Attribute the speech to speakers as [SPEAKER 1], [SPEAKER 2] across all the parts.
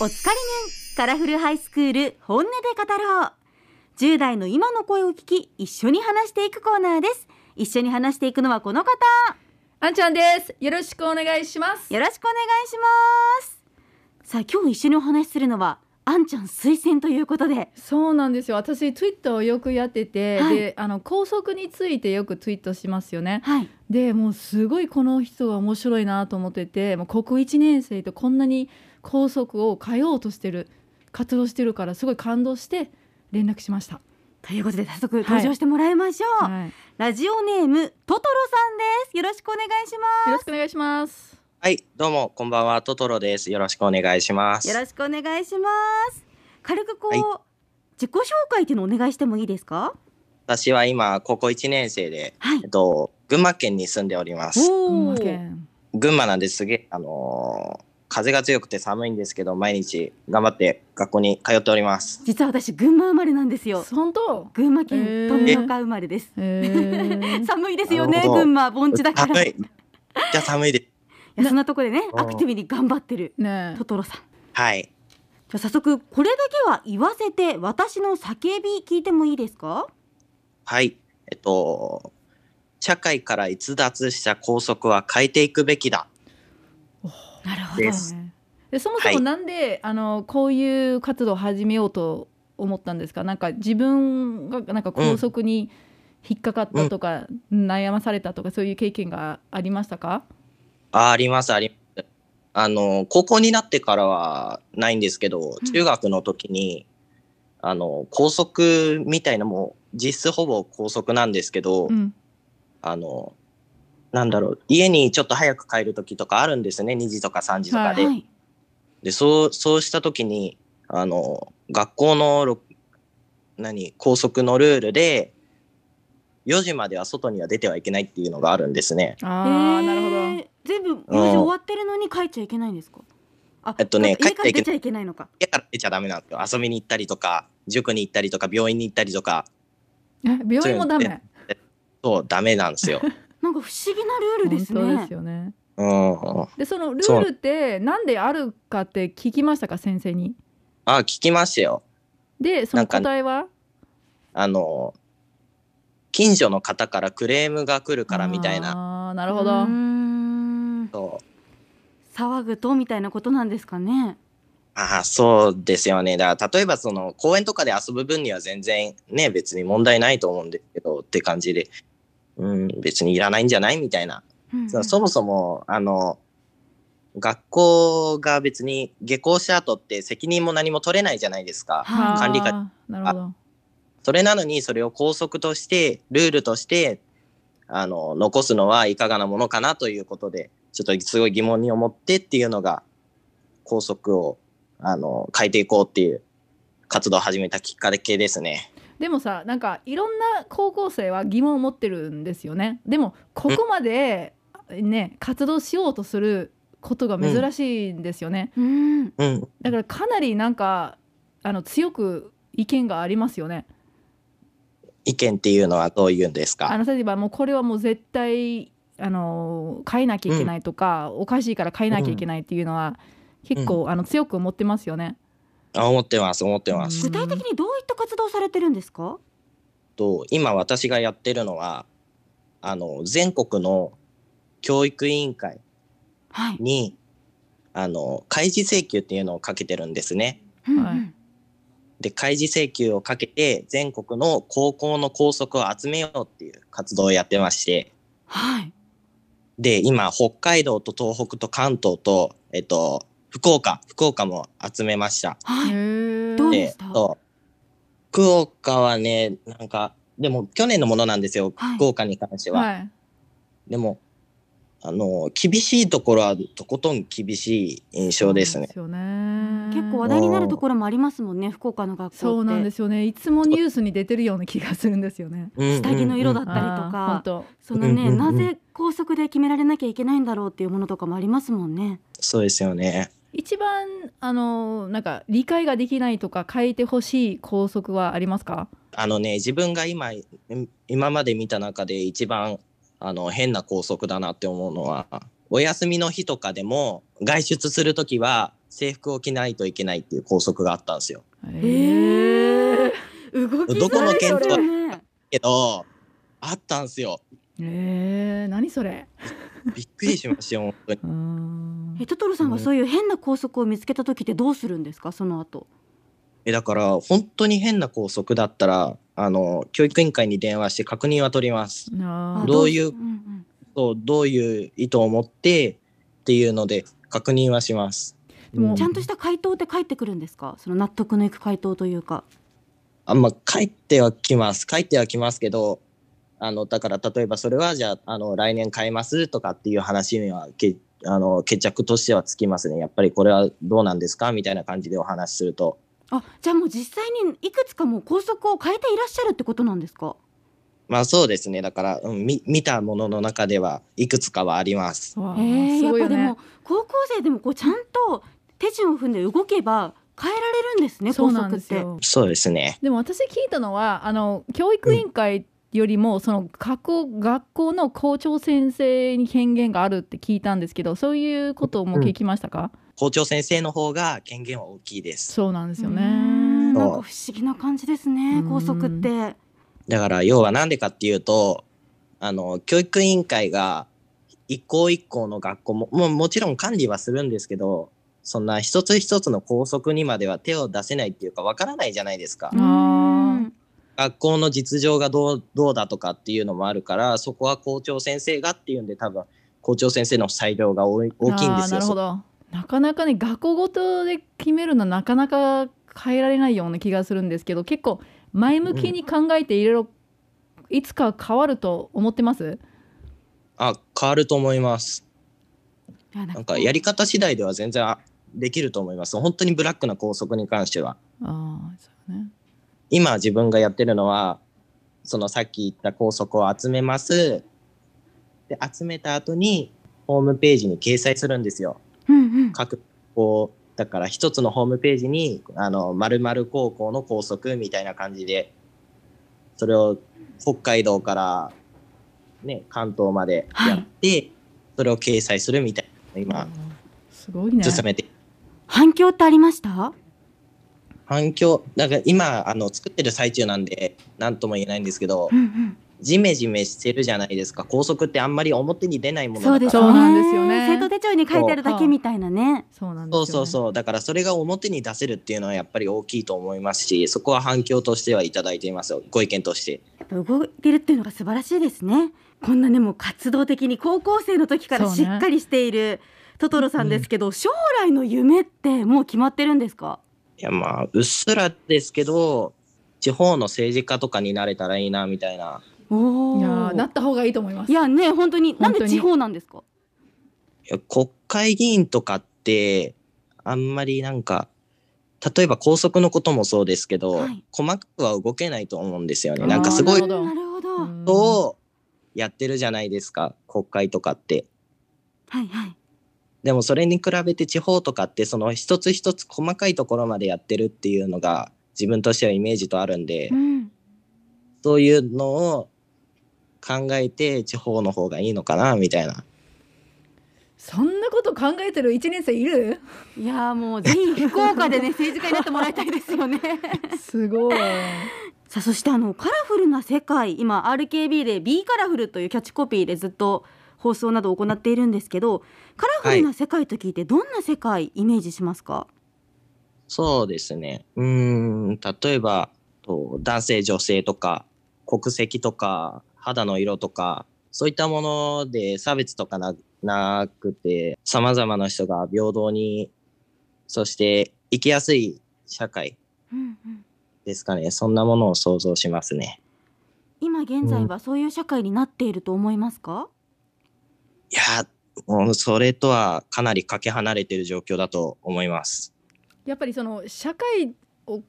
[SPEAKER 1] お疲れ面カラフルハイスクール本音で語ろう10代の今の声を聞き一緒に話していくコーナーです一緒に話していくのはこの方
[SPEAKER 2] あんちゃんです。よろしくお願いします。
[SPEAKER 1] よろしくお願いしますさあ今日一緒にお話しするのはあんちゃん推薦ということで
[SPEAKER 2] そうなんですよ。私ツイッターをよくやってて、
[SPEAKER 1] はい
[SPEAKER 2] で、あの校則についてよくツイートしますよね。
[SPEAKER 1] はい
[SPEAKER 2] で、もうすごいこの人が面白いなと思ってて、もう高校1年生とこんなに校則を変えようとしてる活動してるからすごい感動して連絡しました。
[SPEAKER 1] ということで早速登場してもらいましょう、
[SPEAKER 2] はい、よ
[SPEAKER 1] ラジオネームトトロさんですよろしくお願いしま
[SPEAKER 2] ろしくお願いします。
[SPEAKER 3] はい、どうも、こんばんは、トトロです。よろしくお願いします。
[SPEAKER 1] すよろしくお願いします軽くこう、
[SPEAKER 3] はい
[SPEAKER 1] 自己紹介っていうのをお願いしてもいいですか
[SPEAKER 3] 私は今、高校1年生で、
[SPEAKER 1] はい
[SPEAKER 3] えっと、群馬県に住んでおります。
[SPEAKER 1] お
[SPEAKER 2] 群馬
[SPEAKER 1] ー
[SPEAKER 2] 県
[SPEAKER 3] 群馬なんですげえ、あのー風が強くて寒いんですけど、毎日頑張って学校に通っております。
[SPEAKER 1] 実は私群馬生まれなんですよ
[SPEAKER 2] 本当。
[SPEAKER 1] 群馬
[SPEAKER 2] へ
[SPEAKER 1] 県
[SPEAKER 2] ー
[SPEAKER 1] 富岡生まれです、
[SPEAKER 2] え ー
[SPEAKER 1] 寒いですよね
[SPEAKER 3] なるほど
[SPEAKER 1] 群馬盆地だから
[SPEAKER 3] 寒
[SPEAKER 1] い
[SPEAKER 3] い。めっちゃ寒いです。
[SPEAKER 1] やそんなとこでね
[SPEAKER 3] うん
[SPEAKER 1] アクティブに頑張ってる
[SPEAKER 2] ねえ
[SPEAKER 1] トトロさん
[SPEAKER 3] はい。
[SPEAKER 1] じゃあ早速これだけは言わせて私の叫び聞いてもいいですか
[SPEAKER 3] はい。えっと、社会から逸脱した校則は変えていくべきだ。
[SPEAKER 1] なるほ
[SPEAKER 3] どで
[SPEAKER 2] です
[SPEAKER 3] す
[SPEAKER 2] でそもそ
[SPEAKER 3] は
[SPEAKER 2] も
[SPEAKER 3] い
[SPEAKER 2] なんで、あのこういう活動を始めようと思ったんですかなんか自分がなんか拘束に引っかかったとか、悩まされたとかそういう経験がありましたか
[SPEAKER 3] あありますありますあの高校になってからはないんですけど
[SPEAKER 1] うん
[SPEAKER 3] 中学の時に、あの校則みたいなもう実質ほぼ校則なんですけど、
[SPEAKER 2] うん
[SPEAKER 3] あのなんだろう家にちょっと早く帰る時とかあるんですね2時とか3時とかで。
[SPEAKER 1] はい
[SPEAKER 3] でそうそうした時にあの学校のろ何校則のルールで4時までは外には出てはいけないっていうのがあるんですね。
[SPEAKER 2] あー、
[SPEAKER 1] えー
[SPEAKER 2] なるほ
[SPEAKER 1] 全部用事終わってるのに帰っちゃいけないんですかあ
[SPEAKER 3] えっとね
[SPEAKER 1] 家から出
[SPEAKER 3] 帰っ
[SPEAKER 1] ち
[SPEAKER 3] ち
[SPEAKER 1] ゃいけないのか
[SPEAKER 3] 家から出ちゃダメなんですよ。遊びに行ったりとか、塾に行ったりとか、病院に行ったりとか、
[SPEAKER 2] どえ病院もダメ
[SPEAKER 3] そう、ダメなんですよ。
[SPEAKER 1] なんか不思議なルールです
[SPEAKER 2] 本
[SPEAKER 1] ね
[SPEAKER 2] 当ですよね
[SPEAKER 3] うん。
[SPEAKER 2] でそのル
[SPEAKER 3] そ
[SPEAKER 2] ールってなんであるかって聞きましたか先生に
[SPEAKER 3] あ、聞きましたよ。
[SPEAKER 2] でそ
[SPEAKER 3] な
[SPEAKER 2] の
[SPEAKER 3] んか
[SPEAKER 2] 答えは
[SPEAKER 3] あの、近所の方からクレームが来るからみたいな。
[SPEAKER 2] なあーな
[SPEAKER 1] な
[SPEAKER 2] るほど
[SPEAKER 3] そう。
[SPEAKER 1] 騒ぐとみたいなことなんですかね
[SPEAKER 3] ああ、そうですよね。だから、例えばその、公園とかで遊ぶ分には全然ね、別に問題ないと思うんですけど、って感じで、うん、別にいらないんじゃないみたいな。
[SPEAKER 1] うん
[SPEAKER 3] そそもそも、あの、学校が別に下校した後って責任も何も取れないじゃないですか。
[SPEAKER 1] はい
[SPEAKER 3] 管理下
[SPEAKER 2] あーなるほど
[SPEAKER 3] それなのにそれを校則として、ルールとして、あの、残すのはいかがなものかなということで、ちょっとすごい疑問に思ってっていうのが、校則を、あの、変えていこうっていう活動を始めたきっかけですね。
[SPEAKER 2] でもさなんかいろんな高校生は疑問を持ってるんですよねでもここまでね活動しようとすることが珍しいんですよね、
[SPEAKER 1] うん
[SPEAKER 3] うん。
[SPEAKER 2] だからかなりなんかあの強く意見がありますよね
[SPEAKER 3] 意見っていうのはどういうんです
[SPEAKER 2] あ
[SPEAKER 3] か
[SPEAKER 2] の例えばもうこれはもう絶対あの変えなきゃいけないとか、おかしいから変えなきゃいけないっていうのは結構、あの強く思ってますよね
[SPEAKER 3] あ思ってます、思ってます。
[SPEAKER 1] 具体的にどういった活動をされてるんですか
[SPEAKER 3] と今私がやってるのはあの全国の教育委員会
[SPEAKER 1] はい、
[SPEAKER 3] にあの開示請求っていうのをかけてるんですね。
[SPEAKER 1] うんうん
[SPEAKER 2] は
[SPEAKER 3] で開示請求をかけて全国の高校の校則を集めようっていう活動をやってまして
[SPEAKER 1] はい
[SPEAKER 3] で今北海道と東北と関東と、えっと、福岡福岡も集めました。
[SPEAKER 1] はい
[SPEAKER 2] へ
[SPEAKER 1] どうで
[SPEAKER 3] で
[SPEAKER 1] した
[SPEAKER 3] そう福岡はねなんかでも去年のものなんですよ、
[SPEAKER 1] はい
[SPEAKER 3] 福岡に関しては。
[SPEAKER 2] はい
[SPEAKER 3] でも、あの、厳しいところはとことん厳しい印象ですね。
[SPEAKER 2] そうなんですよね
[SPEAKER 1] 結構話題になるところもありますもんね福岡の学校って
[SPEAKER 2] そうなんですすよね。いつもニュースに出てるような気がするんですよね。
[SPEAKER 1] 下着の色だっ
[SPEAKER 3] うん
[SPEAKER 1] たりとか
[SPEAKER 2] あー本当。
[SPEAKER 1] そのね、
[SPEAKER 3] うんうん
[SPEAKER 1] な
[SPEAKER 3] うん
[SPEAKER 1] ぜ高速で決められなきゃいけないんだろうっていうものとかもありますもんね
[SPEAKER 3] そうですよね。
[SPEAKER 2] 一番あのなんか理解ができないとか変えてほしい校則はありますか？
[SPEAKER 3] あのね、自分が今、い今まで見た中で一番、あの、変な校則だなって思うのは、お休みの日とかでも、外出するときは、制服を着ないといけないっていう校則があったんですよ。
[SPEAKER 1] ええ動きづらい
[SPEAKER 3] どこの県
[SPEAKER 1] それ
[SPEAKER 3] と
[SPEAKER 1] ね
[SPEAKER 3] けど、あったんですよ。
[SPEAKER 2] えー、何それ
[SPEAKER 3] びっくりしましたよ、 本当に。
[SPEAKER 2] うーん
[SPEAKER 1] えトトロさんがそういう変な校則を見つけた時ってどうするんですかその後
[SPEAKER 3] え、だから、本当に変な校則だったら、あの、教育委員会に電話して確認は取ります。
[SPEAKER 2] あ
[SPEAKER 1] あ
[SPEAKER 2] ー
[SPEAKER 3] どういうん
[SPEAKER 1] ん
[SPEAKER 3] そう、どういう意図を持ってっていうので、確認はします。
[SPEAKER 2] でも
[SPEAKER 3] う
[SPEAKER 1] ちゃんとした回答って返ってくるんですかその納得のいく回答というか
[SPEAKER 3] あんま書いてはきます。書いてはきますけど、あの、だから例えばそれはじゃあ、あの、来年変えますとかっていう話には、けあの、決着としてはつきますね。やっぱりこれはどうなんですかみたいな感じでお話しすると。
[SPEAKER 1] あじゃあもう実際にいくつかもう校則を変えていらっしゃるってことなんですか
[SPEAKER 3] まあそうですね。だから、うん、み見たものの中ではいくつかはあります。
[SPEAKER 2] わあ
[SPEAKER 1] えー
[SPEAKER 2] す
[SPEAKER 1] やっ
[SPEAKER 2] ごい
[SPEAKER 1] ぱ
[SPEAKER 2] よ
[SPEAKER 1] で
[SPEAKER 2] ね
[SPEAKER 1] も高校生でもこうちゃんと手順を踏んで動けば変えられるんですね
[SPEAKER 2] そ
[SPEAKER 1] 校
[SPEAKER 2] うなん
[SPEAKER 1] 則
[SPEAKER 2] で
[SPEAKER 1] っ
[SPEAKER 2] す
[SPEAKER 1] て。
[SPEAKER 2] よ
[SPEAKER 3] そうですね。
[SPEAKER 2] でも私聞いたのはあの教育委員会よりもその学校学校の校長先生に権限があるって聞いたんですけどそういうことも聞きましたか、
[SPEAKER 3] 校長先生の方が権限は大きいです。
[SPEAKER 2] そうなんですよ
[SPEAKER 1] うー
[SPEAKER 2] ね
[SPEAKER 1] んなん
[SPEAKER 3] そ
[SPEAKER 1] か
[SPEAKER 3] う
[SPEAKER 1] 不思議な感じですね
[SPEAKER 2] うん
[SPEAKER 1] 校則って。
[SPEAKER 3] だから要はなんでかっていうと、あの、教育委員会が一校一校の学校も、もうもちろん管理はするんですけど、そんな一つ一つの校則にまでは手を出せないっていうかわからないじゃないですか
[SPEAKER 2] う。んあー
[SPEAKER 3] 学校の実情がどう、どうだとかっていうのもあるから、そこは校長先生がっていうんで多分、校長先生の裁量が多い大きいんです
[SPEAKER 2] あーな
[SPEAKER 3] よ。
[SPEAKER 2] るほどなかなかね学校ごとで決めるのはなかなか変えられないような気がするんですけど結構前向きに考えていろいろいつか変わると思ってます
[SPEAKER 3] あ、変わると思います。
[SPEAKER 1] いやな
[SPEAKER 3] なんかやり方次第では全然あできると思います。本当にブラックな校則に関しては。
[SPEAKER 2] ああそうね
[SPEAKER 3] 今自分がやってるのは、そのさっき言った校則を集めます。で、集めた後にホームページに掲載するんですよ。
[SPEAKER 1] うんうん
[SPEAKER 3] 各校、だから一つのホームページに、あの、〇〇高校の校則みたいな感じで、それを北海道からね、関東までやって、それを掲載するみたいな、
[SPEAKER 2] あー
[SPEAKER 3] 今、
[SPEAKER 2] すごいね
[SPEAKER 3] 進めて
[SPEAKER 1] 反響ってありました
[SPEAKER 3] 反響、なんか今、あの、作ってる最中なんで、なんとも言えないんですけど
[SPEAKER 1] うん、うん
[SPEAKER 3] ジメジメしてるじゃないですか。高速ってあんまり表に出ないものだ
[SPEAKER 1] そ
[SPEAKER 3] か
[SPEAKER 1] う
[SPEAKER 3] ら。
[SPEAKER 1] です
[SPEAKER 2] そ
[SPEAKER 1] よ
[SPEAKER 2] う
[SPEAKER 1] ね
[SPEAKER 2] なんですよね
[SPEAKER 1] 生徒手帳に書いてあるだけみたいなね。
[SPEAKER 2] そうなんですよ、ね、
[SPEAKER 3] そうそうそう。だからそれが表に出せるっていうのはやっぱり大きいと思いますし、そこは反響としてはいただいていますよ。ご意見として。
[SPEAKER 1] やっぱ動いてるっていうのが素晴らしいですね。こんなねもう活動的に高校生の時から
[SPEAKER 2] そう
[SPEAKER 1] し
[SPEAKER 2] ね
[SPEAKER 1] っかりしているトトロさんですけど、将来の夢ってもう決まってるんですか
[SPEAKER 3] いやまあ、うっすらですけど、地方の政治家とかになれたらいいな、みたいな。
[SPEAKER 1] おー
[SPEAKER 2] いやーなった方がいいと思います
[SPEAKER 1] いやね本当になん
[SPEAKER 2] 本当に
[SPEAKER 1] で地方なんですか
[SPEAKER 3] いや国会議員とかって、あんまりなんか、例えば高速のこともそうですけど、
[SPEAKER 1] はい
[SPEAKER 3] 細かくは動けないと思うんですよね。
[SPEAKER 2] あー
[SPEAKER 3] なんかすごい
[SPEAKER 2] なるほど
[SPEAKER 1] なるほど、
[SPEAKER 2] うん
[SPEAKER 3] ことをやってるじゃないですか国会とかって。
[SPEAKER 1] はいはい
[SPEAKER 3] でもそれに比べて地方とかってその一つ一つ細かいところまでやってるっていうのが自分としてはイメージとあるんで、
[SPEAKER 1] うん
[SPEAKER 3] そういうのを考えて地方の方がいいのかなみたいな。
[SPEAKER 2] そんなこと考えてる一年生い る
[SPEAKER 1] いやーもうぜひ福岡でね 政治家になってもらいたいですよね
[SPEAKER 2] すごい
[SPEAKER 1] さあそしてあのカラフルな世界今 RKB で B カラフルというキャッチコピーでずっと放送などを行っているんですけどカラフルな世界と聞いてどんな世界イメージしますか、
[SPEAKER 3] そうですね。うーん、例えば、と男性、女性とか、国籍とか、肌の色とか、そういったもので差別とかななくて、様々な人が平等に、そして生きやすい社会
[SPEAKER 1] うんうん、
[SPEAKER 3] ですかね。そんなものを想像しますね。
[SPEAKER 1] 今現在はそういう社会になっていると思いますか、
[SPEAKER 3] いや、もうそれとはかなりかけ離れている状況だと思います。
[SPEAKER 2] やっぱりその社会を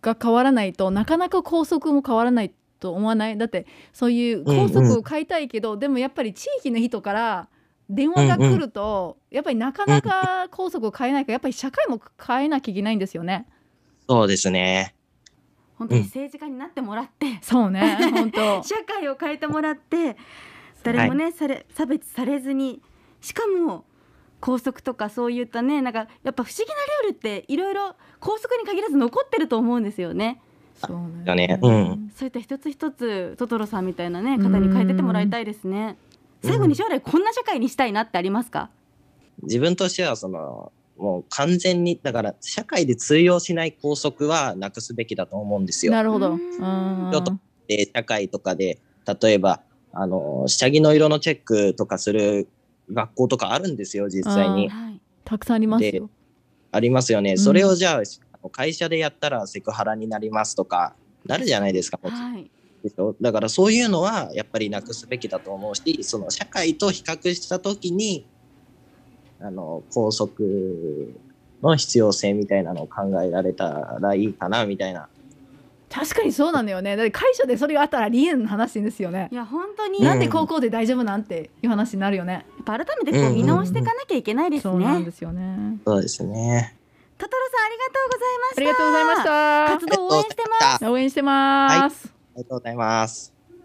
[SPEAKER 2] が変わらないとなかなか校則も変わらないと思わないだってそういう校則を変えたいけど、でもやっぱり地域の人から電話が来ると、やっぱりなかなか校則を変えないからやっぱり社会も変えなきゃいけないんですよね。
[SPEAKER 3] そうですね。
[SPEAKER 1] 本当に
[SPEAKER 3] うん
[SPEAKER 1] 政治家になってもらって、
[SPEAKER 2] そうね本当
[SPEAKER 1] 社会を変えてもらって誰もね、され差別されずにしかも校則とかそういったねなんかやっぱ不思議なルールっていろいろ校則に限らず残ってると思うんですよね
[SPEAKER 2] そうなん
[SPEAKER 3] だねうん
[SPEAKER 1] そういった一つ一つトトロさんみたいなね方に変えてってもらいたいですね
[SPEAKER 3] うん
[SPEAKER 1] 最後に将来こんな社会にしたいなってありますか、
[SPEAKER 3] 自分としてはそのもう完全にだから社会で通用しない校則はなくすべきだと思うんですよ
[SPEAKER 2] な。るほ
[SPEAKER 1] う
[SPEAKER 2] ど。うんん
[SPEAKER 3] ちょっとで社会とかで例えばあの下着の色のチェックとかする学校とかあるんですよ実際に
[SPEAKER 2] うん
[SPEAKER 1] はい、
[SPEAKER 2] たくさんありますよ。
[SPEAKER 3] ありますよね、
[SPEAKER 2] ん
[SPEAKER 3] それをじゃあ会社でやったらセクハラになりますとかなるじゃないですかもちろん
[SPEAKER 1] はい、
[SPEAKER 3] でしょだからそういうのはやっぱりなくすべきだと思うしその社会と比較した時にあの校則の必要性みたいなのを考えられたらいいかなみたいな
[SPEAKER 2] 確かにそうなんだよね。だって会社でそれがあったらありえん話ですよね
[SPEAKER 1] い。や本当に、
[SPEAKER 3] うん
[SPEAKER 1] や
[SPEAKER 2] な
[SPEAKER 1] っ
[SPEAKER 2] んで高校で大丈夫なんていう話になるよね。
[SPEAKER 1] ぱ改めてこう見直していかなきゃいけないですね、
[SPEAKER 2] そうなんですよね。
[SPEAKER 3] そうですね
[SPEAKER 1] トトロさんありがとうございました
[SPEAKER 2] ありがとうご
[SPEAKER 1] 活
[SPEAKER 2] ざいました。
[SPEAKER 1] 動応援してます
[SPEAKER 3] あ
[SPEAKER 2] 応援してます。
[SPEAKER 3] りがとうございます